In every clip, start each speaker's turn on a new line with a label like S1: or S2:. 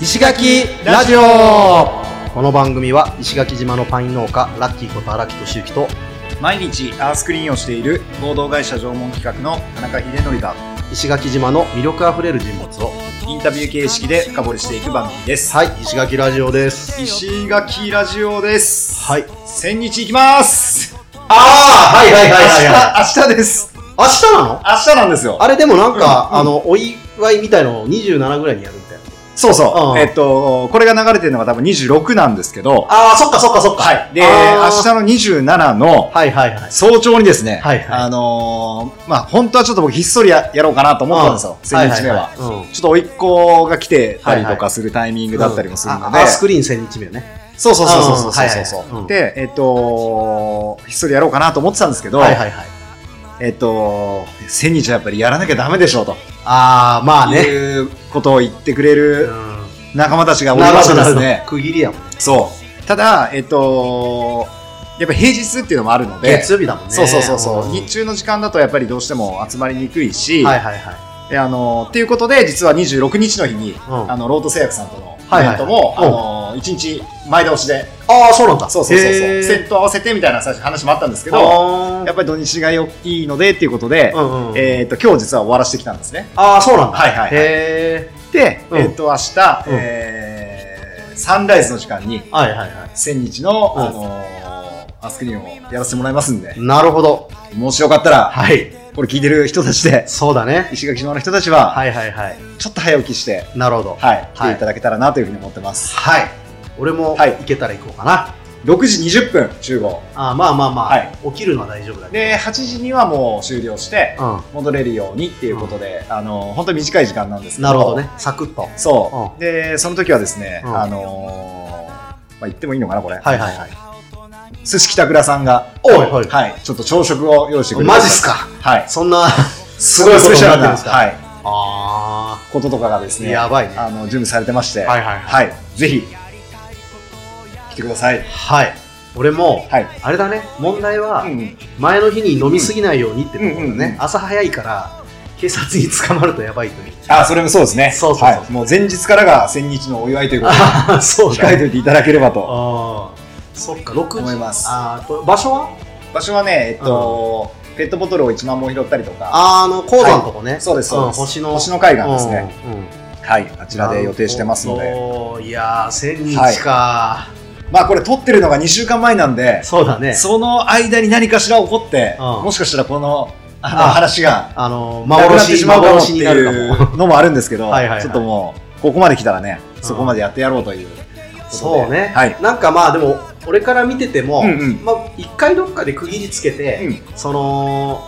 S1: 石垣ラジオ
S2: この番組は石垣島のパイン農家ラッキーこと荒木俊之と
S3: 毎日アースクリーンをしている合同会社縄文企画の田中秀則が
S2: 石垣島の魅力あふれる人物を
S3: インタビュー形式で深掘りしていく番組です、
S2: はい石垣ラジオです
S3: 石垣ラジオです
S2: はい
S3: 千日行きます
S2: ああはいはい
S3: 明
S2: はいはい、
S3: 日明日です
S2: 明日なの
S3: 明日なんですよ
S2: あれでもなんか、
S3: うんうん
S2: あのお祝いみたいのを27ぐらいにやるみたいな
S3: そうそう、
S2: うん
S3: えっとこれが流れてるのが多分26なんですけど
S2: ああそっかそっかそっ
S3: はいで
S2: あー
S3: 明日の27の
S2: はいはいはい
S3: 早朝にですね、
S2: はいはい
S3: あのーまあ本当はちょっと僕ひっそりややろうかなと思ったんですよ、千日目は、
S2: いいいうん
S3: ちょっと甥っ子が来てたりとかするタイミングだったりもするので、
S2: ああスクリーン1000日目ね
S3: そうそうそうそうそう
S2: うん
S3: そ
S2: は
S3: う
S2: いは
S3: そ
S2: いう
S3: そう、
S2: うん
S3: で、えっ、とひっそりやろうかなと思ってたんですけど、
S2: はいはいはい
S3: えっ、と千日はやっぱりやらなきゃダメでしょうと
S2: ああまあね
S3: いうことを言ってくれ
S2: うん
S3: る仲間たちがおりま
S2: 長
S3: し
S2: く
S3: てで
S2: なる
S3: す
S2: の
S3: ね、
S2: 区切りやもんね
S3: そうただえっ、とやっぱ平日っていうのもあるので
S2: 月曜日だもんね
S3: そうそうそうそう、
S2: ん
S3: 日中の時間だとやっぱりどうしても集まりにくいし、
S2: はいはいは
S3: であのっていうことで実は26日の日に、
S2: うん
S3: あのロート製薬さんとのイ
S2: はい
S3: ベ
S2: はい
S3: ントも、
S2: うん
S3: あの1日前倒しで
S2: いああそうなんだ
S3: そうそうそうそう
S2: へー
S3: セット合わせてみたいな最初話もあったんですけど
S2: あー
S3: やっぱり土日がよいいのでっていうことで、
S2: うんうん
S3: えー、と今日実は終わらしてきたんですね
S2: ああそうなんだ
S3: はいはいはい
S2: へえ
S3: で、
S2: うん
S3: えー、と明日、
S2: うん
S3: えーサンライズの時間に
S2: はいはいは
S3: 千日の、
S2: うん
S3: あのーアスクリーンをやらせてもらいますんで
S2: いなるほど
S3: もしよかったら
S2: はい
S3: これ聞いてる人たちで
S2: そうだね
S3: 石垣島の人たちは、
S2: はいはいはい
S3: ちょっと早起きして、
S2: なるほど
S3: はい、来
S2: はい
S3: ていただけたらなというふうに思ってます、
S2: はい俺も
S3: はい
S2: 行けたら行こうかな
S3: 6時20分集合
S2: あーまあまあま
S3: は
S2: あ
S3: い
S2: 起きるのは大丈夫だけ
S3: で8時にはもう終了して
S2: ど
S3: 戻れるようにっていうことで、あの本当に短い時間なんです
S2: うん
S3: けど
S2: なるほどねサクッと
S3: そう、
S2: う
S3: でその時はですね、
S2: うん
S3: あのーまあ、言ってもいいのかなこれ、
S2: はいはいはい
S3: 寿司北倉さんが
S2: おいおい
S3: はい、ちょっと朝食を用意してくれて
S2: マジっすか
S3: はい
S2: そんな
S3: すごいスペシャルな、
S2: は
S3: はい、
S2: あ
S3: こととかがです
S2: ー
S3: ね
S2: やばいね
S3: あの準備されてまして
S2: はい
S3: い、
S2: はいはい
S3: はい、ぜひ来てください
S2: はい俺も
S3: はい、
S2: あれだね問題は
S3: うん
S2: 前の日に飲みすぎないようにってところ
S3: うん
S2: だ
S3: うんうんう
S2: ね
S3: ん
S2: 朝早いから警察に捕まるとやばいと いう
S3: あそれもそうですね
S2: そうそうそう
S3: はい、もう前日からが千日のお祝いということで
S2: ああそう
S3: 控えておいていただければ
S2: あ
S3: と
S2: あそっか6時
S3: 思います
S2: あーと場所は
S3: 場所はね、えっと、ペットボトルを1万本拾ったりとか、
S2: あの鉱山のとこね、
S3: そうです、そうです。
S2: ん星の
S3: 星の海岸ですね。
S2: うんうん
S3: はい、あちらで予定してますの
S2: なる
S3: で。
S2: ほどいやー千日か、
S3: まあこれ撮ってるのが2週間前なんで、
S2: そうだね
S3: その間に何かしら起こって、
S2: うん
S3: もしかしたらこのあの
S2: あ
S3: 話が、
S2: あの
S3: なくなって
S2: 幻
S3: しまうかもって
S2: 幻になるかも
S3: いうのもあるんですけど、
S2: はいはいはい
S3: ちょっともう、ここまで来たらね、
S2: ん
S3: そこまでやってやろうという。
S2: そうね、
S3: はい
S2: なんかまあでも俺から見てても、
S3: うんうん
S2: まあ、一回どっかで区切りつけて、
S3: うん
S2: その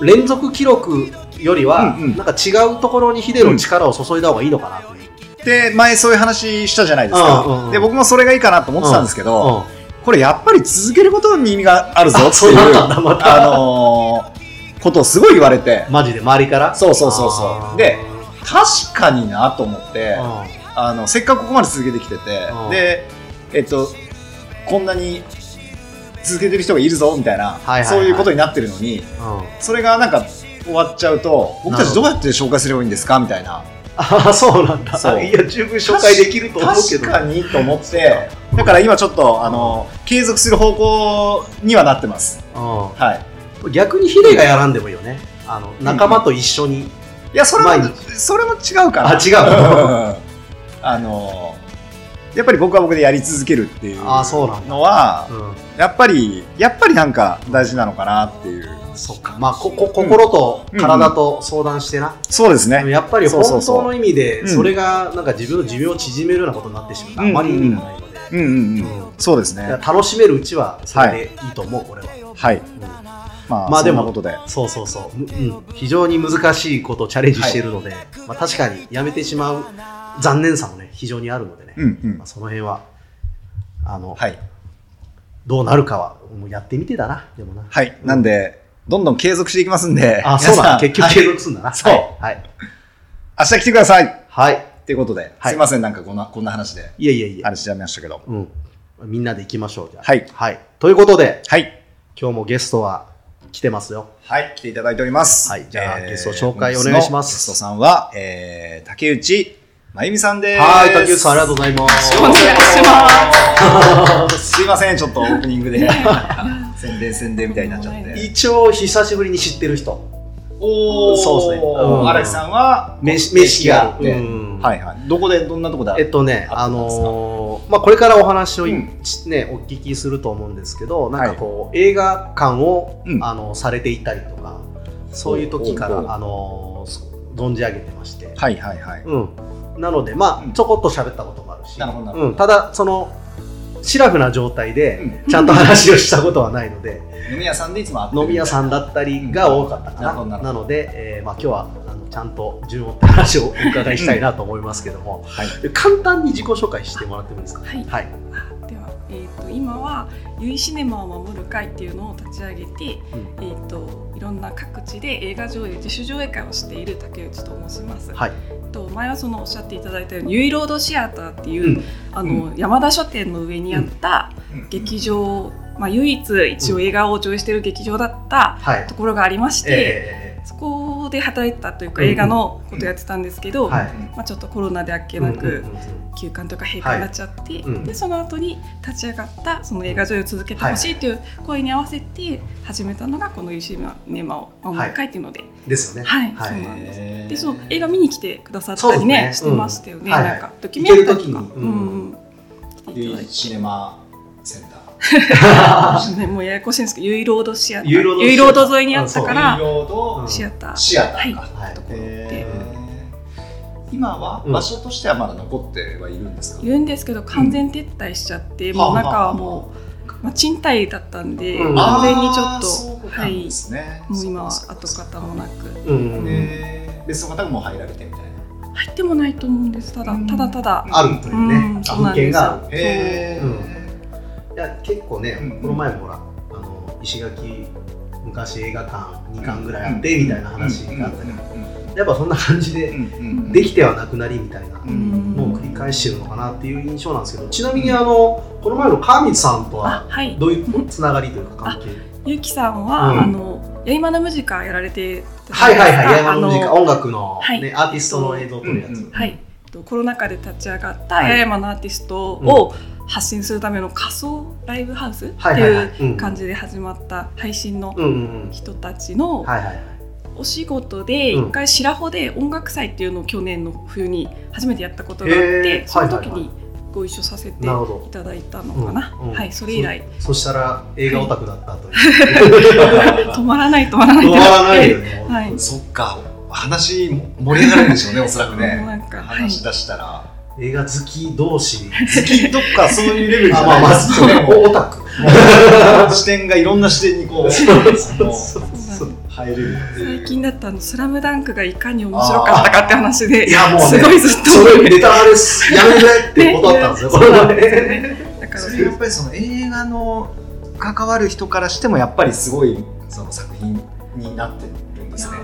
S2: 連続記録よりは、
S3: うんうん
S2: なんか違うところにヒデの力を注いだ方がいいのかなという、
S3: で、前そういう話したじゃないですか。
S2: うんうんうん
S3: で、僕もそれがいいかなと思ってたんですけど、
S2: うん
S3: これやっぱり続けることに意味があるぞって
S2: そう
S3: いう、
S2: なったん
S3: あ
S2: だまた
S3: のーことをすごい言われて、
S2: マジで周りから
S3: そうそうそう
S2: あ
S3: そ
S2: ー
S3: う。で、確かになと思って
S2: うん、
S3: あの、せっかくここまで続けてきてて
S2: うん、
S3: で、えっと、こんなに続けてる人がいるぞみたいな
S2: はいはいは、い
S3: そういうことになってるのに、
S2: うん
S3: それがなんか終わっちゃうと、僕たちどうやって紹介すればいいんですかみたいな。
S2: ああそうなんだ
S3: そう
S2: いや十分紹介できると思うけど
S3: 確かにと思って、だから今ちょっと、あの、継続する方向にはなってます。はい。
S2: うん、逆にヒデがやらんでもいいよねあの仲間と一緒に、
S3: いや、それ
S2: 毎
S3: も、
S2: 日
S3: それも違うか
S2: あ
S3: な。
S2: 違う
S3: あのやっぱり僕は僕でやり続けるっていう
S2: あそうなんだ
S3: のは
S2: の、うん
S3: やっぱりやっぱりなんか大事なのかなっていう
S2: そっかまあここ心と
S3: うん
S2: 体と相談してな、
S3: そうです
S2: でも
S3: ね
S2: やっぱり
S3: そうそ
S2: 本
S3: うそう
S2: 当の意味で
S3: うん
S2: それがなんか自分の寿命を縮めるようなことになってしまう、
S3: うん
S2: あまり意味がないので、
S3: うんうんうん
S2: うん
S3: そうですね
S2: だから楽しめるうちはそれでいいと思う、これは、
S3: はい
S2: うん
S3: まあ、
S2: まあで
S3: で
S2: も
S3: もことで
S2: そうそうそう、むうん、非常に難しいことをチャレンジしているので、まあ、確かにやめてしまう残念さもね非常にあるのでね、
S3: うんうん
S2: まあ、その辺はあの、
S3: はい
S2: どうなるかはもうやってみてだなでもな
S3: はいなんでどんどん継続していきますんで
S2: あそうだ
S3: 皆
S2: 結
S3: さん
S2: 局継続するんだな、
S3: そう
S2: はい
S3: はい明日来てください
S2: はい、はい
S3: っていうことで、
S2: はい
S3: すいませんなんかこんなこんな話で
S2: いえいえいえ、
S3: あれしちゃいましたけど
S2: うん、みんなで行きましょうじゃあ
S3: はい
S2: はい、ということで
S3: はい
S2: 今日もゲストは来てますよ
S3: はい、来ていただいております。
S2: はいじゃあ
S3: えー
S2: ゲスト紹介お願いします
S3: 本日のゲストさんは、えー、竹内まゆみさんです。
S2: はい、竹内さんありがとうございます。
S4: お願いし
S3: ます。すいません、ちょっとオープニン グで宣伝宣伝みたいになっちゃって。
S2: 一応、久しぶりに知ってる人。
S3: お
S2: ー
S3: そうですね。
S2: うん
S3: 荒木さんは
S2: 名刺名刺がある。
S3: う
S2: うん
S3: はいはい。どこでどんなとこで
S2: えっとね、
S3: あ
S2: あ
S3: ったんですか
S2: のーまあ、これからお話をい、
S3: うん
S2: ね、お聞きすると思うんですけど、なんかこう、映画館を、
S3: うん
S2: あのされていたりとか、そういう時か
S3: おうおうおう
S2: ら、あのーそ存じ上げてまして、
S3: はいはいはい。
S2: うん、なので、ま
S3: うん
S2: あ、ちょこっと喋ったこともあるし、
S3: なるほどなるほ
S2: うん、ただ、その、シラフな状態で、
S3: う
S2: ちゃんと話をしたことはないので、
S3: ん飲み屋さんでいつも会ってる
S2: 飲み屋さんだったりが多かったか
S3: な
S2: な、
S3: るほどなるほ
S2: なので、えーまあ、今日はあのちゃんと順を追って話をお伺いしたいなと思いますけども、
S3: はい
S2: で 簡単に自己紹介してもらってもいいですか
S4: はい
S2: はい、
S4: では、えー、と今は「ゆいシネマを守る会」っていうのを立ち上げて、
S2: うん
S4: えー、といろんな各地で映画上映自主上映会をしている竹内と申します、
S2: はい
S4: と前はそのおっしゃっていただいたように「ゆいロードシアター」っていう、
S2: うん
S4: あの山田書店の上にあった
S3: うん
S4: 劇場、まあ、唯一一応映画を上映している劇場だった
S2: はい
S4: ところがありまして、
S2: え
S4: そこで働いてたというか
S2: うん
S4: 映画のことやってたんですけど、
S2: ーはい
S4: まあ、ちょっとコロナであっけなく。
S2: うんうんうん
S4: 休館とか閉館になっちゃって、
S2: うん
S4: でその後に立ち上がったその映画女優を続けてほしいという声に合わせて始めたのがこの「ユーシネマを守る会」っていうので、
S2: ですよね
S4: はい
S2: は
S4: そう
S2: い
S4: なんです
S3: へー
S4: でその映画見に来てくださったりねし
S2: そうですね
S4: てましたよね、
S2: うんはいはい
S4: なんかドキュメンタリーとか、
S2: 行ける時
S4: う
S2: にう
S4: ん
S2: ん
S4: うん来ていただいて
S3: シネマセンター。
S4: ねもうややこしいんですけどユイロードシアター
S2: ユイロードシアター
S4: ユイロード沿いにあったか
S3: ユ
S4: ら
S3: ニロード
S4: シアター
S3: シアタ
S4: は
S3: ー
S4: い
S3: か。
S2: はい
S4: ところで
S3: へー今は
S2: うん
S3: 場所としてはまだ残ってはいるんですか
S4: 言うんですけど完全撤退しちゃって、もう中はもう、まあ、賃貸だったんで、
S2: うん
S4: 完全にち
S3: あー
S4: ょっ
S3: そう
S4: と
S3: な
S4: は
S3: ん
S4: い
S3: ですね
S4: もう今は
S3: そう
S4: 跡
S3: です
S4: 形もなく
S2: うんうんうん
S3: で別の方がもう入られてみたいな
S4: 入ってもないと思うんですただ
S3: うん
S4: ただただ
S2: あるというね
S4: うんそうな
S2: 案
S4: んです
S2: 件
S4: よ
S2: がある
S3: へ
S2: うん
S3: ー
S2: いや結構ね、
S3: うん
S2: この前もほらあの石垣昔映画館2巻ぐらいあってみたいな話があったけど、やっぱそんな感じで、
S3: うんうんうん
S2: できてはなくなりみたいな、
S3: うん
S2: もう繰り返してるのかなっていう印象なんですけどちなみにあのこの前の川光さんと
S4: あ
S2: は
S4: はい
S2: どういうつながりというか関係
S4: ゆきさんは、
S2: うん
S4: あのやいまのムジカやられてたじゃ
S2: は
S4: ないです
S2: は
S4: か
S2: いはい「ヤマのムジカ」
S4: あの
S2: 音楽の、
S4: はい
S2: ね、アーティストの映像を撮るやつ、
S3: うんうん
S4: はいとコロナ禍で立ち上がった
S2: はい
S4: 八重山のアーティストを発信するための仮想ライブハウスって
S2: はいはい
S4: い
S2: はいううん
S4: 感じで始まった配信の
S2: うんうん
S4: 人たちの
S2: うんはいはいはい
S4: お仕事で
S2: うん
S4: 一回白穂で音楽祭っていうのを去年の冬に初めてやったことがあっ
S2: へー
S4: てその時
S2: はいはい
S4: にご一緒させて
S2: ないるほど
S4: ただいたのかな
S2: うんうん
S4: はいそれ以来
S2: そしたら映画オタクだったという
S4: 止まらない止まらない
S2: 止
S4: って
S2: まらないよ
S4: って
S2: ね、
S4: はい
S3: そっか話盛り上がるんでしょうねおそらく
S4: もう
S3: ね
S4: なんかはい
S3: 話し出したら
S2: 映画好き同士
S3: 好きとかそういうレベルじ
S2: あま
S3: ゃな
S2: あ
S3: い
S2: まあ
S3: ですよねも う
S2: オタク
S3: 視点がいろんな視点にこう
S4: そうなん
S3: 入れるっていう
S4: 最近だったのスラムダンクがいかに面白かったかって話で
S2: いやもうね
S4: すごいずっと
S2: それネタバレすやめてってことだったんですよ、これはね
S4: だから
S3: それやっぱりその映画の関わる人からしてもやっぱりすごいその作品になってるんですね。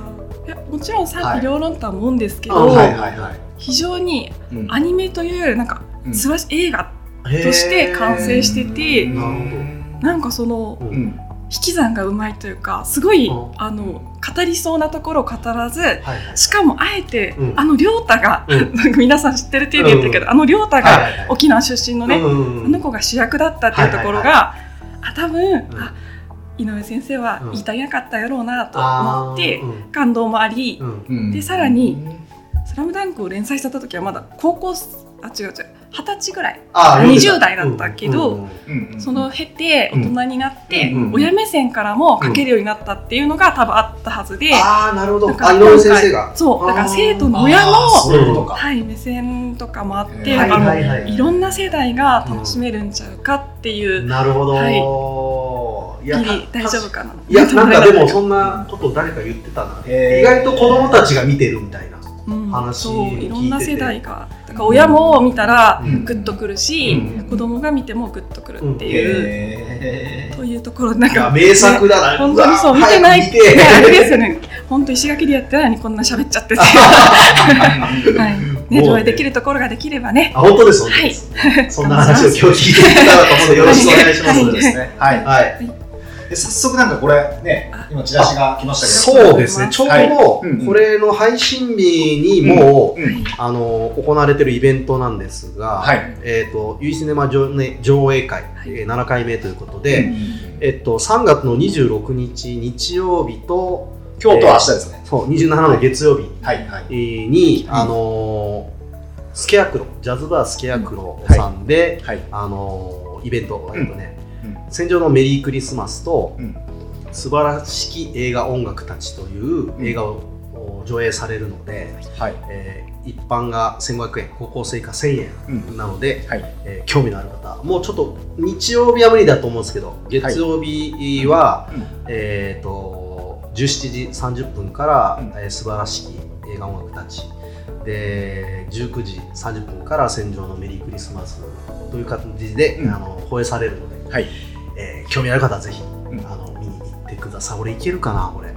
S4: いやもちろん賛
S3: はい
S4: 否両論とは思うんですけど、
S2: あはい
S3: はいはい。
S4: 非常に
S3: うん
S4: アニメというよりなんか
S3: うん
S4: 素晴らしい映画として完成してて、
S2: ー
S4: なんかその
S2: う
S3: うんん
S4: 引き算がうまいというかすごい、
S2: うん
S4: あの語りそうなところを語らず
S2: はいはい
S4: しかもあえて、
S2: うん
S4: あの亮太が、
S2: う
S4: 皆さん知ってる程度言ってるけど、あの亮太が、
S2: はいはいはい
S4: 沖縄出身のね、
S2: うん
S4: あの子が主役だったっていうところが、あ多分、
S2: うん
S4: あ井上先生は
S2: うん
S4: 言いたいなかったやろうなと
S2: あー
S4: 思って、
S2: うん
S4: 感動もあり
S2: う、ん
S3: うん
S4: でさらに「スラムダンクを連載してた時はまだ高校あ違う違う二十歳ぐらい
S2: あー
S4: 20代だったけ
S2: う
S4: ど
S2: んうんうん
S3: うんうん
S4: その経て大人になって、
S2: うんうん
S4: 親目線からも書けるようになったっていうのが多分あったはずで、
S2: ああなるほど
S4: だから
S2: あ井上先生が
S4: そうだから生徒の親の
S3: あーそういうことか。
S4: はい、目線とかもあって、
S3: へー
S4: だからもう
S2: はいはいはい
S4: いろんな世代が楽しめるんちゃうかっていう、
S2: なるほど、い、
S4: ギ
S2: や
S4: リ大丈夫かな。
S2: いやなんかでもそんなこと誰か言ってたな
S3: へー
S2: 意外と子供たちが見てるみたいな
S4: うん
S2: 話
S4: そう
S2: 聞いてて
S4: いろんな世代がだから親も見たら
S2: うん
S4: グッとくるし、
S2: うん
S4: 子供が見てもグッとくるっていう、
S3: へー
S4: というところでなん
S2: いや
S4: か
S2: 名作だな
S4: 本当にそう見てない
S2: っ
S4: ってて、ねあれですよね本当石垣でやってないのにこんな喋っち ゃって て、はい
S2: も
S4: ね、
S2: うね
S4: 上映できるところができればね
S2: あ本当です本当です、そんな話を今日聞いていただいたらと思うのでよろしくお願いします
S4: はい
S3: そうですね。はい。
S2: はい。
S3: で早速なんかこれね今チラシが来ましたけど
S2: そうですね、ちょう
S3: はい
S2: どこれの配信日にもう、
S3: うんうん
S2: あの行われてるイベントなんですが、
S3: はい
S2: えー、とユイシネマ上,、ね、上映会、えー7回目ということで、えっと、3月の26日日曜日と
S3: 今日と明日ですね
S2: そう27の月曜日
S3: はいはい
S2: えーに、
S3: うん
S2: あのースケアクロジャズバースケアクロさんで、
S3: はい
S2: あのーイベント、
S3: うん
S2: えっとね
S3: うん
S2: 戦場のメリークリスマス」と
S3: うん
S2: 「素晴らしき映画音楽たち」という映画をお上映されるので、
S3: はい
S2: えー一般が1500円高校生以下1000
S3: うん
S2: 円なので、
S3: はい
S2: えー興味のある方もうちょっと日曜日は無理だと思うんですけど月曜日は、
S3: うん
S2: えー、と17時30分から、
S3: うん
S2: えー素晴らしき映画音楽たち」で19時30分から「戦場のメリークリスマス」という形で、
S3: うん
S2: あの放映されるので、
S3: はい
S2: えー興味ある方はぜひ、
S3: ん
S2: あの見に行ってください俺行けるかなこれ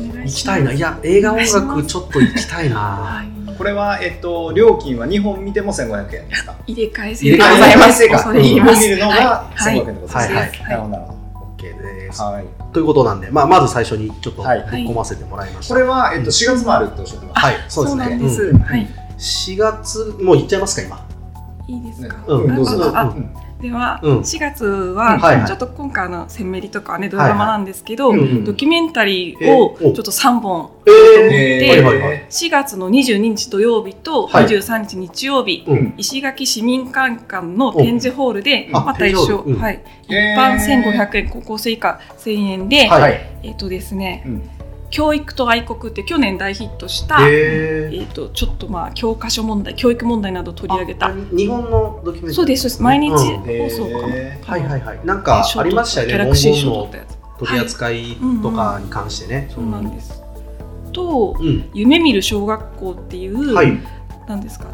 S4: 行
S2: 行きたいないや映画音
S4: お願いしま
S2: 楽
S4: す
S2: ちょっと行きたいな
S4: は
S3: これはえっと料金は2本見ても1500円ですか
S4: い入れ替え
S2: 入れ替え制
S3: 制か
S4: 恐れ入ります
S3: 見るのが
S4: は
S3: 1500
S4: い
S3: 円ってことですね
S2: はい
S4: はい
S3: なるほどなるほ
S2: OK です
S3: どはい
S2: ということなんで、まあ、まず最初にちょっとぶっ
S3: はい
S2: 込ませてもらいまし
S3: こ
S2: た。
S3: れはえっと4月もあるっておっしゃってまし
S2: はい、そうです
S4: そうな
S2: ね
S4: ん。です、
S3: うん
S4: はい
S2: 4月、もう行っちゃいますか、今。
S4: いいですか、
S3: ね
S2: うん
S3: どうぞ
S4: ああ
S3: たうん
S4: では、
S2: うん
S4: 4月は、
S2: うんはいはい
S4: ちょっと今回あの「センメリ」とかねドラマなんですけど、
S2: はいはいうんうん
S4: ドキュメンタリーをち
S2: え
S4: ょ
S2: お
S4: っと3本
S2: え
S3: えー
S2: はいはいはい
S4: 4月の22日土曜日と
S2: はい
S4: 23日日曜日、
S2: うん
S4: 石垣市民館館の展示ホールで、
S2: おあ
S4: また一緒、
S2: 展示ホールうん
S4: はい、一
S3: えー
S4: 般1500円高校生以下1000円で、
S2: はい
S3: はい
S4: えっ、とですね
S3: うん
S4: 「教育と愛国」って去年大ヒットした、え
S2: えー
S4: っとちょっとまあ教科書問題教育問題などを取り上げた
S2: 日本のドキュメンタリー
S4: そうですそうです毎日
S2: うん
S4: 放送かな、
S3: え
S2: はいはいはい。なんかありましたよ
S4: ギ
S2: ね、
S4: ャラ
S2: 文
S4: クシー
S2: 言
S4: 賞取っ
S2: の
S4: たやつ
S2: 取り扱いとかに関してね。
S4: そうなんですと
S2: うん。
S4: 夢見る小学校っていう、
S2: はい。
S4: なんですか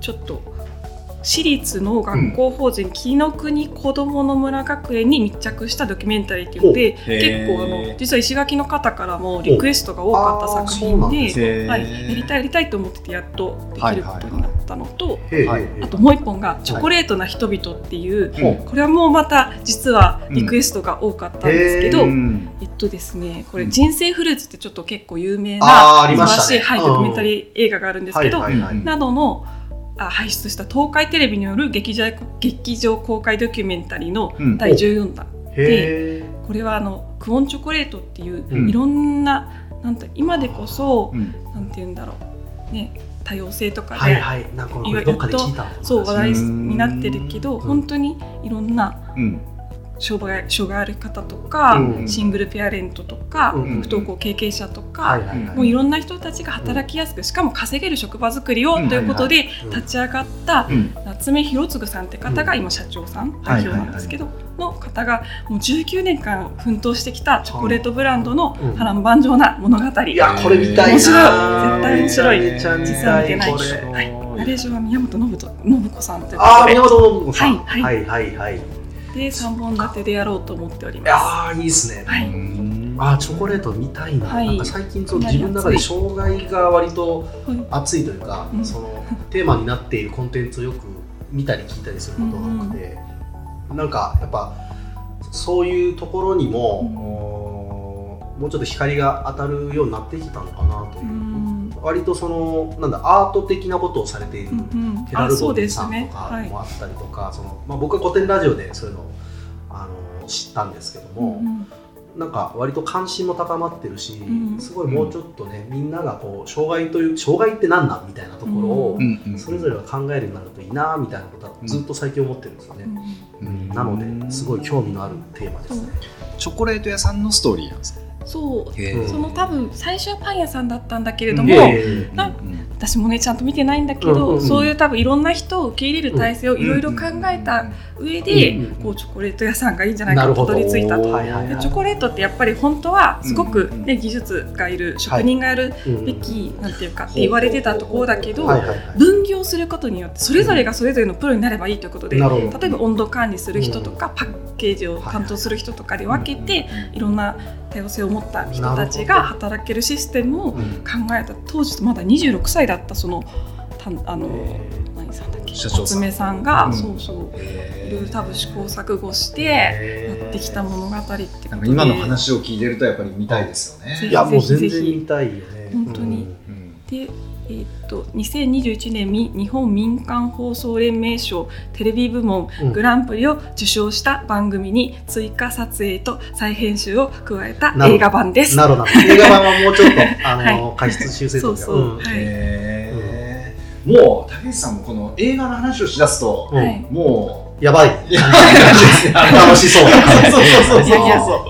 S4: ちょっと私立の学校法人紀の国こどもの村学園に密着したドキュメンタリーっていうの
S3: へ
S4: で
S3: ー
S4: 結構あの実は石垣の方からもリクエストが多かった作
S2: おあーそうな
S4: 品
S2: ん
S4: で
S2: で
S3: へー
S4: はい、やりたいやりたいと思っててやっとできることになったのと、
S2: へえ
S3: はい
S2: へえ
S4: あともう一本が「チョコレートな人々」っていう、
S3: ーうん
S4: これはもうまた実はリクエストが多かったんですけど、
S3: うん
S4: えっとですね、これ、
S3: うん
S4: 人生フルーツってちょっと結構有名な、
S2: あーあり
S4: 素
S2: ま
S4: 晴ら
S2: した
S4: しい、
S2: ね
S4: はい、
S2: うん
S4: ドキュメンタリー映画があるんですけど、
S2: はいはいはい。
S3: うん
S4: などのあ輩出した東海テレビによる劇場劇場公開ドキュメンタリーの
S3: うん
S4: 第14弾、
S2: へえ。
S4: これはあのクオンチョコレートっていう、
S2: うん
S4: いろんななんて今でこそ、
S3: うん
S4: なんて言うんだろう、ね、多様性とかで、
S2: はいはい。なんかこれどっかで聞いたことある
S4: そう話題になってるけど、
S2: ん
S4: 本当にいろんな
S3: うん
S4: 障害障害ある方とか、
S2: うん
S4: シングルペアレントとか、
S2: うん
S4: 不登校経験者とか、
S2: はいはいはい。
S4: もういろんな人たちが働きやすく、しかも稼げる職場づくりを、
S3: うん
S4: ということで、
S2: うん
S4: 立ち上がった
S3: うん
S4: 夏目博次さんって方が今社長さん、
S2: はい
S4: 代表なんですけど、の方がもう19年間奮闘してきたチョコレートブランドの
S2: うん
S4: 波乱万丈な物語、
S2: いや、これ見たいな。
S4: 面白い絶対面白い
S2: めちゃめちゃ見たい
S4: 実は見てない
S2: これ
S4: はいナレーションは宮本信人信子さんというこ
S2: ああ、
S4: と
S2: 宮本信子さん。
S4: はい
S2: は
S4: はい
S2: はいはい。い
S4: でで3本立てでやろうと思っております。
S2: やーいいですね。
S4: は
S3: う
S4: い、
S3: ん
S2: あーチョコレート見たいな,、
S4: はい
S2: なんか最近そう自分の中で障害が割と熱いというか、
S4: うん
S2: そのテーマになっているコンテンツをよく見たり聞いたりすることが多くて、なんかやっぱそういうところにも、おーもうちょっと光が当たるようになってきたのかなという
S4: う、ん
S2: 割とそのなんだアート的なことをされている、
S4: うんうん
S2: ヘラ
S4: あ
S2: ル
S4: そ
S2: ド
S4: う
S2: デ
S4: で
S2: ィさ
S4: す
S2: んと
S4: ね。は
S2: か
S4: い。
S2: もあったりとか、そのまあ、僕は古典ラジオでそういうのをあの知ったんですけども、なんか割と関心も高まってるし、
S4: うん
S2: すごいもうちょっとねみんながこう障害という障害って何なんみたいなところを
S4: う
S3: うん
S2: それぞれが考えるようになるといいなみたいなことはずっと最近思ってるんですよね、
S4: うん
S3: うん
S2: なのですごい興味のあるテーマで
S4: う
S2: す
S4: ん
S2: ね、
S3: チョコレート屋さんのストーリーなんですか
S4: そう
S3: へ
S2: ー
S4: その多分最初はパン屋さんだったんだけれど
S2: うん
S4: も、
S2: いえいえいえ
S4: なん
S3: うん
S4: 私もねちゃんと見てないんだけど、
S2: うんうんうん
S4: そういう多分いろんな人を受け入れる体制をいろいろ考えた上で、
S2: うんうんうん
S4: こうチョコレート屋さんがいいんじゃないかとたどり着いたと。
S2: はいはい
S4: で
S2: はい
S4: チョコレートってやっぱり本当はすごく、
S3: うんうん
S4: ね技術がいる職人がやる
S2: うん
S4: べき、なんていうかって言われてたところだけど、
S2: はいはいはい
S4: 分業することによってそれぞれがそれぞれのプロになればいいということで、
S2: なるほど
S4: 例えば温度管理する人とか、パッケージを担当する人とかで分けて、いろんな多様性を持った人たちが働けるシステムを考
S2: うん
S4: えた当時まだ26歳だったそのたあの
S2: えー
S4: 何さんだっけ
S3: 社長さん
S4: 爪さんが、
S3: うん
S4: そうそういろいろ多分試行錯誤してや
S2: や
S4: ってきた物語ってことで
S3: なんか今の話を聞いてるとやっぱり見たいですよね
S2: いやもう全
S4: ぜひぜひ
S2: 然見たいよね
S4: 本当に
S3: うん
S4: で、えーっと2021年み日本民間放送連盟賞テレビ部門
S2: うん
S4: グランプリを受賞した番組に追加撮影と再編集を加えた
S2: なる
S4: 映画版です。
S2: なるほど映画版はもうちょっとあの、
S4: は
S2: 過失修正とか
S4: そうそう
S2: うん
S4: はい
S3: へーもう竹内さんもこの映画の話をしだすと
S2: うん
S4: はい
S3: も
S2: やばい
S3: うやばい話ですね
S2: 楽しそう
S3: そうそうそう
S4: いやいや
S3: そ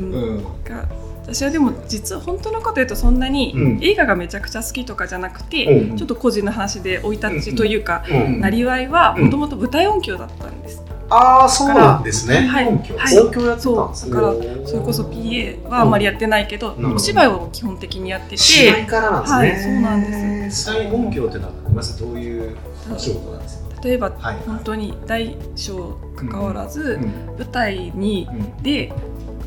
S3: う
S4: うん
S3: うん
S4: が私はでも実は本当のこと言うとそんなに
S3: うん
S4: 映画がめちゃくちゃ好きとかじゃなくて、
S3: うん
S4: ちょっと個人の話で生い立ちというか、
S2: うん
S4: なりわいは
S3: うん
S4: もともと舞台音響だったんです。
S2: ああそうなんですね
S4: はい
S3: 音響
S4: はい
S2: 音響やってたんです
S4: そうだからそれこそ PA はあんまりやってないけど、
S2: うん
S4: お芝居を基本的にやってて、
S2: 芝居からなんですね、
S4: はいそうなんで
S3: ちなみに音響っていうのはまずどういうお仕事なんですか
S4: 例えば
S3: はい
S4: 本当に大小関わらず、
S3: うん
S4: 舞台にで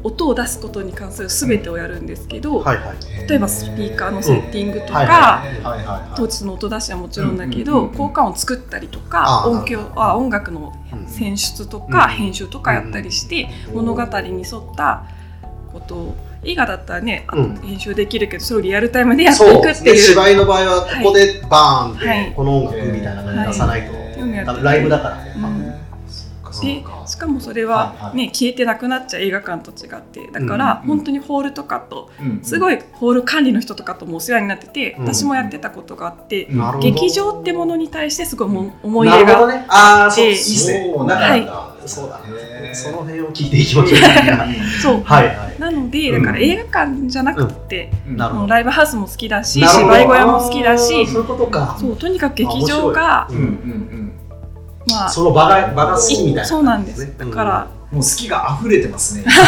S4: 音を出すことに関する全てをやるんですけど、
S2: はいはい
S4: 例えばスピーカーのセッティングとか
S3: うんはいはいはいはい
S4: 当日の音出しはもちろんだけど、
S3: うんうんうんうん
S4: 効果音作ったりと
S2: あ
S4: か
S2: ー
S4: 音響あ音楽の
S2: うん
S4: 選出と
S2: う
S4: か、
S2: ん
S4: 編集とかやったりして、物語に沿ったことを映画だったらね、あ
S2: うん
S4: 編集できるけどそれをリアルタイムでやって
S2: そ
S4: いうく
S2: で
S4: っていう
S2: 芝居の場合はここでバーンって、
S4: はい
S2: この音楽みたいなのに出さないと、
S3: はい
S4: そういうのやってて
S2: ライブだからね、
S4: うん
S3: そうかそう
S4: で
S3: か
S4: しかもそれは、ね
S3: はいはい
S4: 消えてなくなっちゃう映画館と違ってだから、
S3: うん
S4: 本当にホールとかと
S3: うん
S4: すごいホール管理の人とかともお世話になってて、
S2: うん
S4: 私もやってたことがあって、
S3: うん
S2: なるほど
S4: 劇場ってものに対してすごいも思い
S2: な
S4: 入れ
S2: るほ
S4: が
S2: どねああそういい
S4: で
S2: ですね
S3: そうなんだ、
S2: そうだ
S3: へー
S2: その辺を聞いていきましょうはい
S4: そう
S2: はい
S4: なのでだから映画館じゃなくて、
S2: なるほ
S4: あの
S2: ど
S4: ライブハウスも好きだし
S2: なるほど
S4: 芝居小屋も好きだし
S2: あーそういうことか
S4: そうとにかく劇場が
S2: う
S3: うんうん
S2: ん
S3: うん
S4: まあ
S2: その場が場が好きみたいな
S4: そうなんです、
S2: ね
S4: だから、
S3: もう好きが溢れてますね。
S4: そうでしょう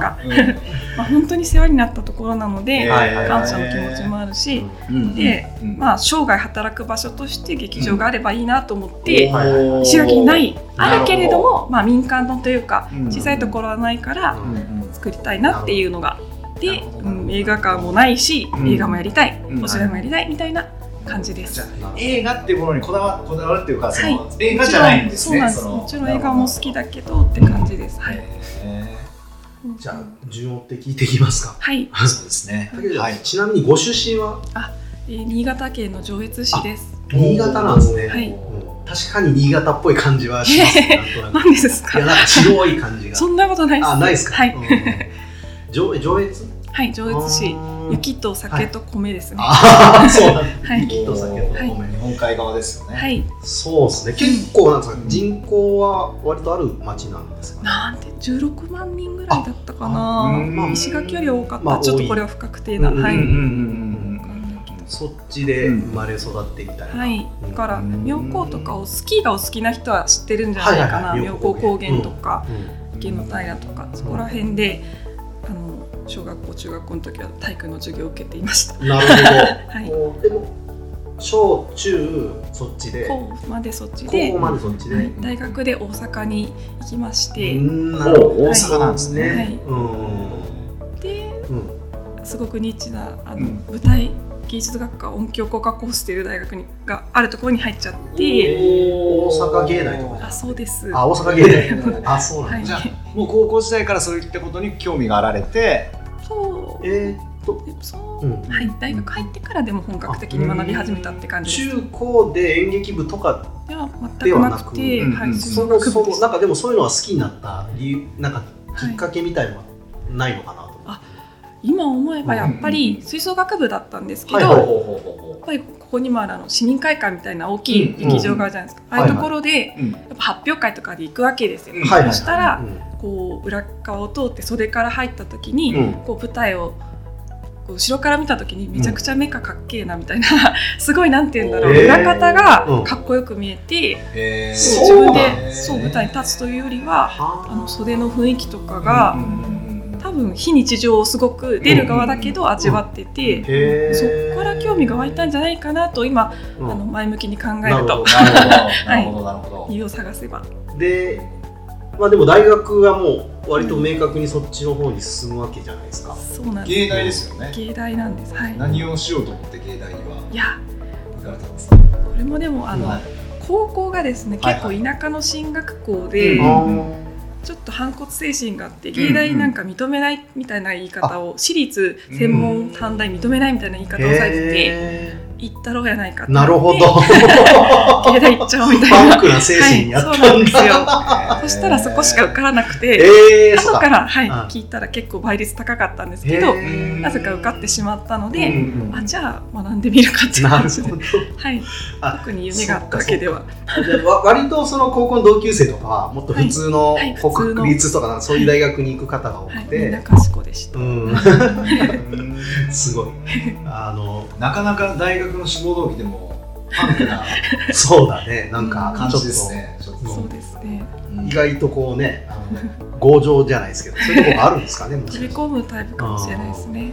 S4: か、
S3: うん
S4: まあ、本当に世話になったところなので、
S2: はいはい
S4: 感謝の気持ちもあるし、で、
S3: うん
S4: まあ、生涯働く場所として劇場があればいいなと思って、
S2: はい
S3: おー
S4: 石垣にないあるけれど
S3: なる
S4: もまあ、民間のというか
S3: うん
S4: 小さいところはないから
S3: うんうん
S4: 作りたいなっていうのが
S2: な
S4: で
S2: るほ、ど
S4: うん、映画館もないし
S3: うん
S4: 映画もやりたい、
S3: うん
S4: お芝居もやりたいみたいな感じです。
S3: じゃあ映画っていうものにこだわこだわるっていうか、その
S4: は
S3: 映画じゃないんですね。
S4: もちろんそうなんです。もちろん映画も好きだけどって感じです。はい。うん
S2: じゃあ順を追って聞いていきますか
S4: はい、
S3: あそうですね。
S2: だけど
S3: はい。
S2: ちなみにご出身は
S4: えー新潟県の上越市です。
S2: 新潟なんですね、
S4: はい
S2: うん確かに新潟っぽい感じはし ますねなんとなく
S4: 何です
S2: いや
S4: か？
S2: なんか白い感じが
S4: そんなことないです。
S2: あないですか
S4: は
S2: う
S4: い
S2: んうんうん上上越
S4: はい、上越市。雪と酒と米ですね。は
S2: ああそうなんだ
S4: い。
S2: 雪と酒と米、
S3: 日本海側ですよね。
S4: はい。
S2: そうですね結構なんですか、人口は割とある町なんですかね
S4: なんて16万人ぐらいだったかな。
S3: まあ
S4: 石垣より多かった。
S2: まあ
S4: ちょっとこれは不確定な。
S2: 多い
S4: は
S3: うんうん
S4: い。
S3: うんうんうん
S2: そっちで生まれ育ってみたいな、
S4: はい。だから
S3: うん
S4: 妙高とかをスキーがお好きな人は知ってるんじゃないかな。
S2: はいはいはい
S4: 妙高高原とか。
S2: うん
S4: 池の平とかそこら辺で、あの小学校中学校の時は体育の授業を受けていました。
S2: なる
S4: はい
S2: ほ。ど、こうでも小中そっちで
S4: 高校までそっち
S2: 高
S4: で
S2: 校、までそっちで、
S4: はい大学で大阪に行きまして、
S2: うんなるほど
S3: お大阪なんですね。
S4: はい
S2: うん
S4: で
S2: うん
S4: すごくニッチなあの、
S3: うん
S4: 舞台芸術学科音響工科コースという大学にがあるところに入っちゃって、
S2: 大阪芸大とか
S4: あそうです。
S2: あ
S4: は
S2: 大阪芸大あそうなんだ、
S4: い
S3: じゃ。あもう高校時代からそういったことに興味があられて、
S4: そう。
S2: えーっと
S4: でそうう。
S2: ん
S4: はい、大学入ってからでも本格的に学び始めたって感じです。
S2: 中高で演劇部とか
S4: では全くなくて、
S2: で
S3: はなく
S4: は
S3: うん
S4: い、
S3: うん
S4: 吹
S2: そ
S4: 奏
S2: も
S4: 楽部
S2: そ
S4: で
S2: もな
S4: した
S2: んかでもそういうのは好きになった理由なんかきっかけみたいのはないのかなと、
S4: 今思えばやっぱり吹奏楽部だったんですけど、
S2: はい
S3: ほう
S2: はい
S3: ほうほうほう
S4: やっぱりここにもあるあの市民会館みたいな大きい劇場があるじゃないですか、
S2: んうん
S4: ああいうところで
S3: うん
S4: やっぱ発表会とかで行くわけですよ、
S3: うん
S2: はいはい
S4: そしたら、
S2: うん
S4: こう裏側を通って袖から入った時に、
S2: うん
S4: こう舞台をこう後ろから見た時にめちゃくちゃ目がかっけえなみたいな すごいなんて言うんだろう、
S2: えー
S4: 裏方
S2: う
S4: が
S2: ん
S4: かっこよく見えて、
S3: へー
S4: 自分で
S3: ね
S4: そう舞台に立つというよりは
S2: あ
S4: あの袖の雰囲気とかが、
S3: うんうんうんうん
S4: 多分非日常をすごく出る側だけど味わってて。
S2: へー
S4: そこから興味が湧いたんじゃないかなと今、
S2: うん
S4: あの前向きに考え
S2: なる
S4: る
S2: ほど
S4: と
S3: なるほど、 なるほど、なるほど。
S4: 理由を探せば
S2: でまあでも大学はもう割と明確にそっちの方に進むわけじゃないですか、
S4: そうなんで
S3: 芸大ですよね
S4: す。芸大なんですはい
S3: 何をしようと思って芸大にはい
S4: や
S3: 行かれたんですか。
S4: これもでもあの、
S3: はい
S4: 高校がですね
S3: はい
S4: 結
S3: は
S4: 構
S3: い
S4: 田舎の進学校で、
S3: うん
S2: あ
S4: ちょっと反骨精神があって
S3: んうん
S4: 芸大なんか認めないみたいな言い方を、私立専門短大認めないみたいな言
S2: ー
S4: い方をされてて
S2: へ
S4: 行ったろうやないかって
S2: ーなる ほど。
S4: 芸大行っちゃおうみたい
S2: パ
S4: な
S2: ンクな精神にやったんだ。
S4: はい、そうなんですよ そしたらそこしか受からなくて、
S2: えー、
S4: 後
S2: そう
S4: か
S2: か。
S4: ら、はい
S2: うん
S4: 聞いたら結構倍率高かったんです
S2: へ
S4: けど、
S2: ー
S4: なぜか受かってしまったので、
S2: うんうん
S4: あじゃあ学んでみるかっていう
S2: なる
S4: 感じで
S2: ほ、ど。
S4: はい、
S2: あ
S4: 特に夢があったわけでは
S2: じゃあわ割とその高校の同級生とかはもっと普通の
S4: はいはい
S2: 国
S4: 普通の
S2: 国立とかなんかそういう大学に行く方が多
S4: はい
S2: く、
S4: みん
S2: て、
S4: な賢でした。
S2: う
S3: うん
S2: んすごいあの
S3: なかなか大学の志望動機でもパンクな
S2: そうだねなんか
S3: 感
S2: ちょっ
S3: じ
S2: と
S3: ですね。ちょっと
S4: そうですね。
S2: 意外とこうねあの強情じゃないですけどそういうとこがあるんですかねもし
S4: 飛
S2: か
S4: び
S2: して
S4: 込むタイプかもしれないですね。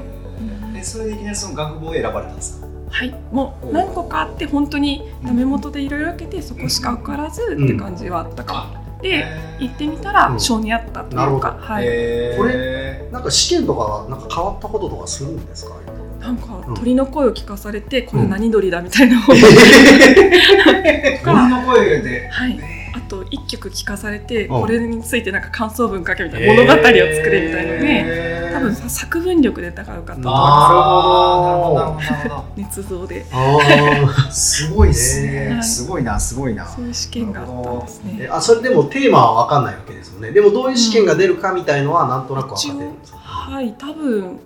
S3: えそれでいきなりその学部を選ばれたんですか。
S4: はい、もう何個かあって本当にダメ元でいろいろ受けてそこしか受からずって感じはあったかも。で行ってみた
S2: うん
S4: ら性に合ったと
S2: なる
S4: い
S2: ほ
S4: う
S2: ど
S4: か、はい、
S3: えー
S2: こ なんか試験とかはなんか変わったこととかするんですか
S4: なんか
S2: うん
S4: 鳥の声を聞かされてこれ何鳥だみたい なのを
S3: 鳥の声で
S4: はい、あと一曲聞かされて
S2: うん
S4: これについてなんか感想文書けみたいな物語を作れみたいので
S3: えー
S4: 多分さ作文力で高かったと思
S3: あ
S4: う
S3: ーなるほどなるほどなるほ
S4: 捏造で
S2: あー
S3: ど。すごいです
S4: は
S3: ね。
S4: い
S3: すごいなすごいな。
S4: そういう試験があったんです
S2: え
S4: ね。
S2: あそれでもテーマは分かんないわけですよねでもどういう試験が出るかみたいのはなんとなく分かってるんですか
S4: はい多分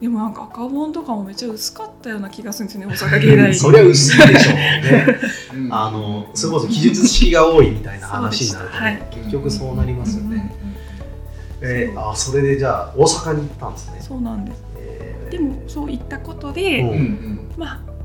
S4: でもなんか赤本とかもめっちゃ薄かったような気がするんですよね大阪芸大
S2: そりゃ薄いでしょうね
S3: うん
S2: あのそれこそ記述式が多いみたいな話になると、
S4: そうで
S2: ね結局そうなりますよね。
S3: うん
S2: えーあそれでじゃあ大阪に行ったんですね。
S4: そうなんです
S2: えー
S4: でもそういったことで、
S2: うん
S3: うんうん
S4: まあ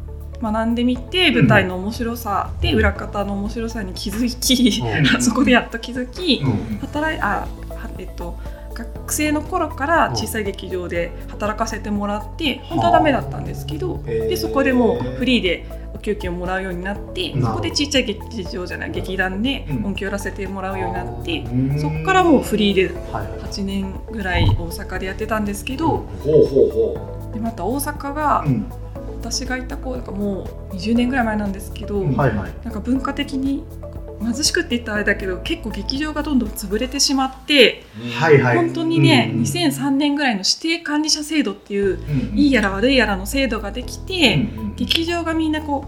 S4: 学んでみて舞台の面白さで裏方の面白さに気づき、
S2: うん
S4: そこでやっと気づき、
S3: うんうん
S4: 働いあはえっと学生の頃から小さい劇場で働かせてもらって本当はダメだったんですけど
S3: へー
S4: でそこでもうフリーでお給金をもらうようになって
S2: なるほど
S4: そこで小さい劇場じゃない劇団で
S3: うん
S4: 音響やらせてもらうようになって
S3: うん
S4: そこからもうフリーで
S2: はいはい
S4: 8年ぐらい大阪でやってたんですけど
S3: ほうほうほ
S4: でまた大阪が
S3: う。うん
S4: 私がいた子だからもう20年ぐらい前なんですけど
S3: うん
S2: はいはい。
S4: なんか文化的に貧しくって言ったらあれだけど結構劇場がどんどん潰れてしまって。
S2: はいはい
S4: 本当にね、
S2: うん
S4: 2003年ぐらいの指定管理者制度っていう、
S3: うん
S4: いいやら悪いやらの制度ができて、
S3: うん
S4: 劇場がみんなこ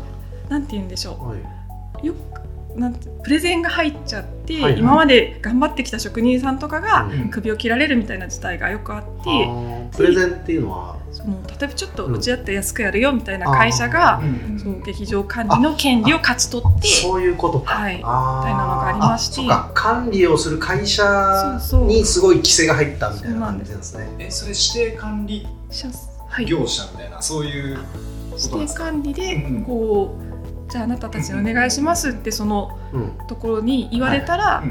S4: うなんて言うんでしょ
S2: はいう
S4: よくなんてプレゼンが入っちゃって、
S2: はいはい
S4: 今まで頑張ってきた職人さんとかが
S2: うん
S4: 首を切られるみたいな事態がよくあって、
S2: あープレゼンっていうのは
S4: その例えばちょっとうちだって安くやるよみたいな会社が、
S3: うん
S4: その劇場管理の権利を勝ち取って。
S2: そういうことか。
S4: はい
S2: あー
S4: みたいなのがありまして
S2: そうか管理をする会社
S4: そうそう
S2: にすごい規制が入ったみたいな感じなんですね。
S3: えそれ指定管理
S4: 社はい
S3: 業者みたいなそういうことなん
S4: 指
S3: です
S4: 定
S3: か
S4: 管理で
S3: うん
S4: こうじゃああなたたちにお願いしますってその
S2: うん
S4: ところに言われたら、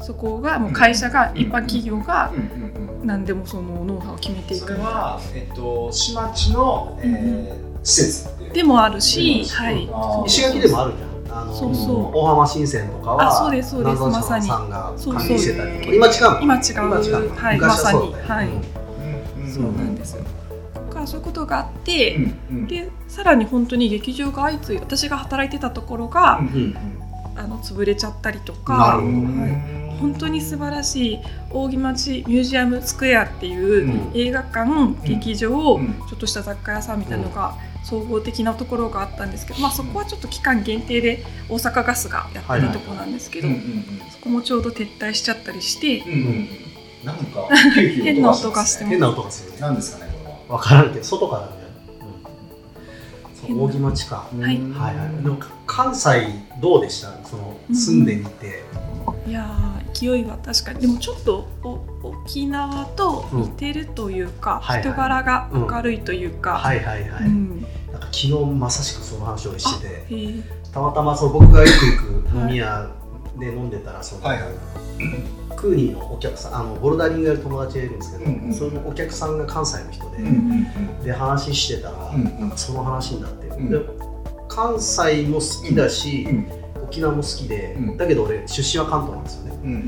S4: そこがもう会社が
S3: うん
S4: 一般企業が
S3: うんうんうんうん
S4: 何でもそのノウハウを決めてい
S3: それ
S4: く
S3: は、えっと、市町の、えー施設っていう
S4: でもあるし、
S2: うん
S4: はい
S3: あー、
S2: 石垣でもあるじゃん。あの
S4: そうそう
S2: 大浜新線とかは
S4: あそうですそうです
S2: 南山
S4: まさに
S2: さんが
S4: そうそう
S2: 管理してたりとか今違うの
S4: 今違う
S2: の
S4: はい
S2: 昔はそうだったよ
S4: まさに
S2: ね
S4: はい
S3: うんうん
S4: そうなんですよ。だからそういうことがあって、
S3: うんうん
S4: でさらに本当に劇場が相次いで私が働いてたところが、
S3: うんうん
S4: あの潰れちゃったりと
S2: な
S4: か
S2: るほど
S4: はい本当に素晴らしい扇町ミュージアムスクエアっていうう
S2: うん
S4: 映画館、劇場を
S3: うん
S4: ちょっとした雑貨屋さんみたいなのが総合的なところがあったんですけど、まあ、そこはちょっと期間限定で大阪ガスがやってるところなんですけど、
S3: うんうんうん
S4: そこもちょうど撤退しちゃったりし
S3: う
S4: て、
S3: んうんなんか急遽
S4: 変な音がし
S3: ま
S4: てます
S2: 変な音がするね
S3: す。なんですかねこれは
S2: わからんけど外からね、うん、そ
S4: 変
S2: う
S4: な
S2: 扇町か、
S4: はい
S3: うん
S2: はいはいでも関西どうでしたその住んでみて、
S4: いやー勢いは確かにでもちょっとお沖縄と似てるというか、
S2: うん
S4: 人柄が明るいというか。
S2: はいはいはい、
S4: うん
S2: なんか昨日まさしくその話をしてて
S4: へー
S2: たまたまそう僕がよく行く飲み屋で飲んでたらその、
S3: はいはい
S2: クーニーのお客さんあのボルダリングやる友達がいるんですけど、
S3: うんうん
S2: そのお客さんが関西の人で、
S3: うんうん
S2: で話してたら、
S3: うん
S2: なんかその話になって、
S3: うん
S2: で関西も好きだし、
S3: うん
S2: 沖縄も好きで、
S3: うん
S2: だけど俺出身は関東なんですよね
S3: うんうんう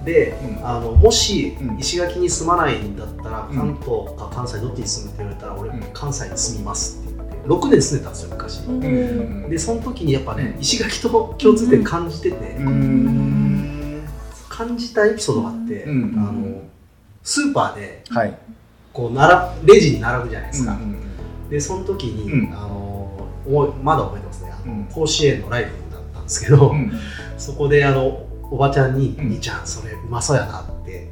S3: ん
S2: で、
S3: うん
S2: あのもし
S3: うん
S2: 石垣に住まないんだったら、
S3: うん
S2: 関東か関西どっちに住むって言われたら俺、
S3: うん
S2: 関西に住みますって言って6年住んでたんですよ昔、
S4: うん
S2: でその時にやっぱね石垣と共通点感じてて、
S3: うん
S2: 感じたエピソードがあって、
S3: うん
S2: あのスーパーで
S3: はい
S2: こうならレジに並ぶじゃないですか、
S3: うん
S2: でその時に、
S3: うん
S2: あのおいまだ覚えてますねあの
S3: うん
S2: 甲子園のライブだったんですけど、
S3: うん
S2: そこであのおばちゃんに「
S3: うん
S2: 兄ちゃんそれうまそうやな」って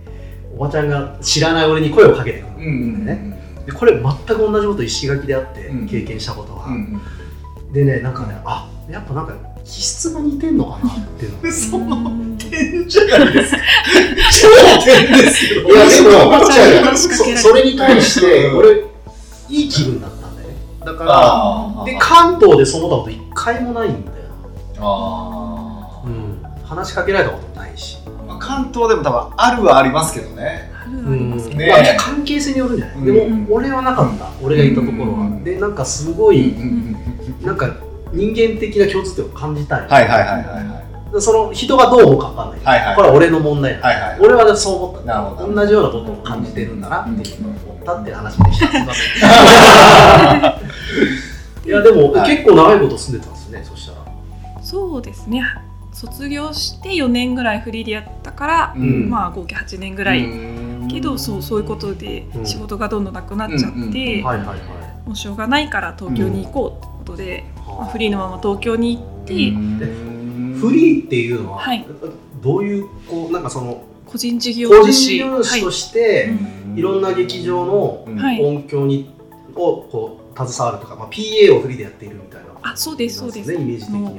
S2: おばちゃんが知らない俺に声をかけてくるんだよね、でこれ全く同じこと石垣であって
S3: うん
S2: 経験したことが、
S3: うん
S2: でねなんかねあやっぱなんか気質が似てんのかなっていうの
S3: その点じゃないですか超点ですよ
S2: いやで も
S4: おばちゃんに話しか
S2: そ
S4: けられる
S2: それに対して
S3: うん
S2: 俺いい気分だったんだよねだか
S3: あ
S2: ら
S3: ー
S2: で関東でその他こと一回もないんだよ
S3: あ
S2: な、うん、話しかけられたことないし、
S3: ー、まあ、関東でも多分あるはありますけどね
S4: ある
S2: う
S4: あり
S2: ん
S4: ます
S3: ね
S2: まあ、関係性によるんじゃない、
S3: うん
S2: でも俺はなかった、俺が行ったところは、
S3: うん
S2: でなんかすごい、
S3: ん
S2: なんか人間的な共通点を感じたい、
S3: はいはいはいはいはい
S2: でその人がどう思うか分かんない、
S3: はいはい
S2: これは俺の問題なの
S3: はいはい
S2: 俺はそう思った
S3: なるほど
S2: 同じようなことを感じてるんだなっていうのを思ったっていう話でしたすいませんいやでも、
S3: はい
S2: 結構長いこと住んでたんですねそしたら
S4: そうですね卒業して4年ぐらいフリーでやったから、
S3: うん
S4: まあ合計8年ぐらい、けどそうそういうことで
S2: うん
S4: 仕事がどんどんなくなっちゃって、
S3: うんうんうん
S2: はいはいはい
S4: もうしょうがないから東京に行こうってことで、まあフリーのまま東京に行って、
S2: フリーっていうのは、
S4: はい
S2: どういうこうなんかその
S4: 個人事業
S2: 個人事
S4: 主
S2: 業
S4: は
S2: 主
S4: い
S2: として、い、ろんな劇場の
S3: うん
S4: はい
S2: 音響に、をこう携わるとか、まあ、PA をフリーでやっているみたいな
S4: あそうですそうです
S2: ねイメージ的にはね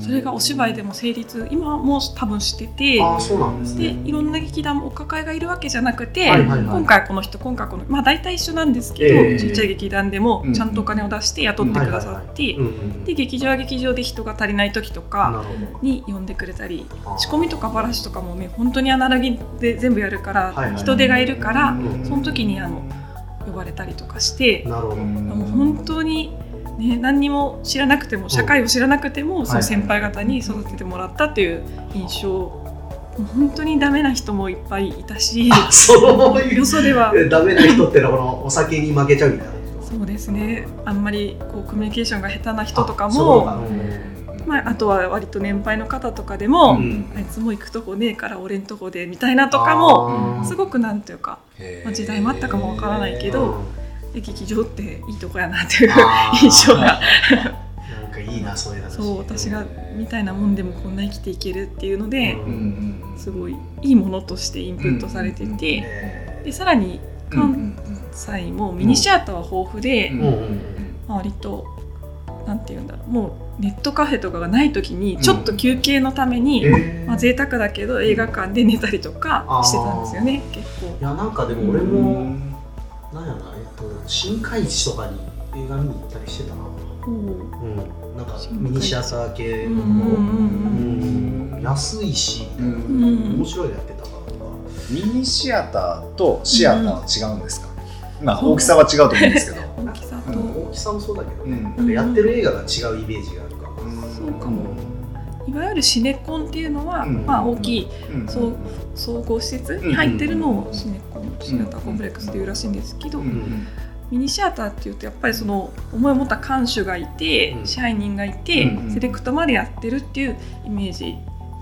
S4: それがお芝居でも成立今も多分してて
S2: ああそうなんです
S4: で
S2: ね
S4: いろんな劇団もお抱えがいるわけじゃなくて、
S2: はいはいはい
S4: 今回この人今回このまあ大体一緒なんですけど、
S2: ええ
S4: ちっちゃい劇団でも
S3: うん
S4: ちゃんとお金を出して雇ってくださって、
S2: うんうん
S4: で劇場は劇場で人が足りない時と
S2: な
S4: か
S2: るほ
S4: に呼んでくれたり
S2: ど
S4: 仕込みとかばらしとかもね本当にアナログで全部やるから、
S2: はいはい
S4: 人手がいるから
S2: うん
S4: その時にあの呼ばれたりとかして、
S2: なるほど
S4: もう本当に、ね、何にも知らなくても社会を知らなくてもその先輩方に育ててもらったという印象もう本当にダメな人もいっぱいい たし
S2: あそういう
S4: よそでは
S2: えダメな人ってのはこのお酒に負けちゃうみたいな人
S4: そうですねあんまりこうコミュニケーションが下手な人とか
S2: あそう
S4: も
S2: なの
S4: まあ、あとは割と年配の方とかでも、
S2: うん
S4: あいつも行くとこねえから俺んとこでみたいなとかも
S2: あー
S4: すごくなんていうかまあ時代もあったかもわからないけどえ劇場っていいとこやなっていう
S2: あー
S4: 印象が
S2: なんかいいなそういう話
S4: そう私がみたいなもんでもこんな生きていけるっていうので、
S2: うん
S4: すごいいいものとしてインプットされてて、
S2: え
S4: でさらに関西もミニシアターは豊富で、
S3: う
S2: ー
S3: ん
S2: うんうん
S4: まあ割となんて言うんだろうもうネットカフェとかがない時にちょっと休憩のために、
S2: えー
S4: まあ贅沢だけど映画館で寝たりとかしてたんですよね結構
S2: い。やなんかでも俺もなんやろなえっと新海地とかに映画見に行ったりしてたなうんなんかミニシアター系のもの
S4: うん
S2: うん安いし面白いのやってたからとか
S3: ミニシアターとシアターは違うんですか、まあ大きさは違うと思うんですけど
S4: 大きさと、
S3: うん
S2: 大きさもそうだけどね、
S3: うん
S2: なんかやってる映画が違うイメージがあるから、
S4: そうかもいわゆるシネコンっていうのは、
S3: うん
S4: まあ、大きい
S3: うん
S4: そう総合施設に入ってるのをシネコンシアターコンプレックスっていうらしいんですけど、
S3: うん
S4: ミニシアターっていうとやっぱりその思いを持った看守がいて、
S2: うん
S4: 支配人がいて、
S3: うん
S4: セレクトまでやってるっていうイメージ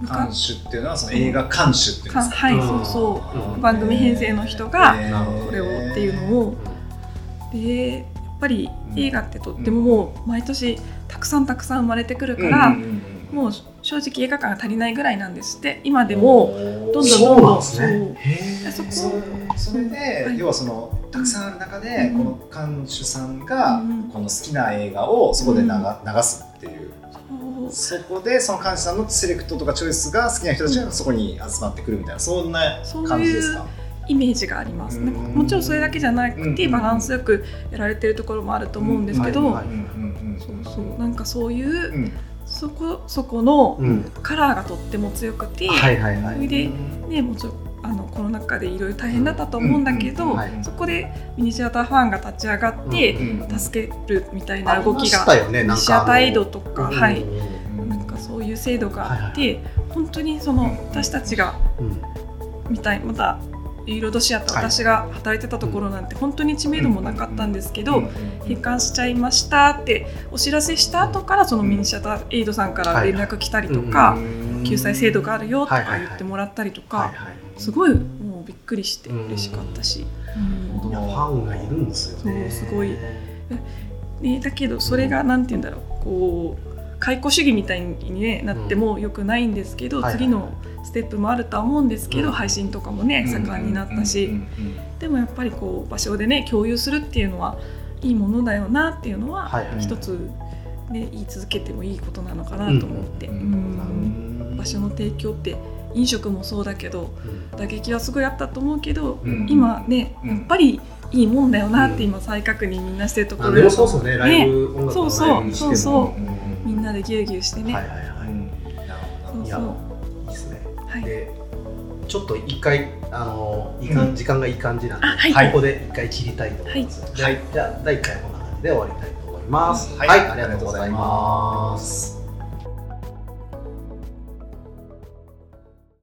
S3: 監
S4: 昔
S3: 修っていうのはその映画監修っていうんで
S4: か
S3: すか
S4: はい
S2: うん
S4: そうそ
S2: うん
S4: う番組編成の人が
S3: えー
S4: これをっていうのをでやっぱり映画ってとってももう毎年たくさんたくさん生まれてくるから、
S3: うんうんうんうん
S4: もう正直映画館が足りないぐらいなんですって今でもどんどん
S2: そ
S4: ど
S2: うんな
S4: ど
S2: ん
S4: ん
S2: ですねへー
S4: そこ
S3: そうそれで、
S4: はい
S3: 要はそのたくさんある中で、
S4: うん
S3: この看守さんが、
S4: うん
S3: この好きな映画をそこで流,、流すっていう
S4: そう
S3: そこでその看守さんのセレクトとかチョイスが好きな人たちがそこに集まってくるみたいなそんな感じですか
S4: イメージがあります、
S3: うん
S4: なんかもちろんそれだけじゃな
S3: う
S4: く
S3: ん
S4: てバランスよくやられてるところもあると思うんですけど、
S2: うんはい
S3: うんうんうん
S4: そうそうなんかそういう、
S3: うん
S4: そこそこの
S2: うん
S4: カラーがとっても強くて、
S2: はいはいは
S4: そ
S2: い
S4: れで、ね、もちろんあのコロナ禍でいろいろ大変だったと思うんだけど、
S2: うんうんはい
S4: そこでミニシアターファンが立ち上がって、
S3: うん
S4: 助けるみたいな
S2: あり
S4: 動
S2: ま
S4: き
S2: し
S4: が、
S2: たよねなん
S4: ミニ
S2: か
S4: シアターエイドとか、
S2: あの
S4: はい、
S3: うん
S4: なんかそういう制度があっ
S2: は
S4: て、本当にそ
S3: うん
S4: の私たちが
S2: うん
S4: みたいまたユーロドシアと私が働いてたところなんて本当に知名度もなかったんですけど閉館しちゃいましたってお知らせした後からそのミニシアターエイドさんから連絡来たりとか救済制度があるよとか言ってもらったりとかすごいもうびっくりして嬉しかったし。
S2: ファンがいるんですよね。
S4: すごいね、だけどそれが何て言うんだろうこう解雇主義みたいに、ね、なってもよくないんですけど、次のステップもあるとは思うんですけど、配信とかもね盛んになったし、でもやっぱりこう場所でね共有するっていうのはいいものだよなっていうのは一つ、ね、言い続けてもいいことなのかなと思って、うん場所の提供って飲食もそうだけど、打撃はすごいあったと思うけど、今ね、やっぱり。いいもんだよなって今再確認みんなしてるところで、
S2: うん、そうそうねライブ音楽
S4: のライブそうそうみんなでぎゅうぎゅうしてね
S2: はいはいはいなるほどそういいですね、はい、でちょっと一回あのいいか、うん、時間がいい感じなんで、はい、ここで一回切りたいと思います、はい、じゃあ第1回こんな感じで終わりたいと思います、はい、ありがとうございます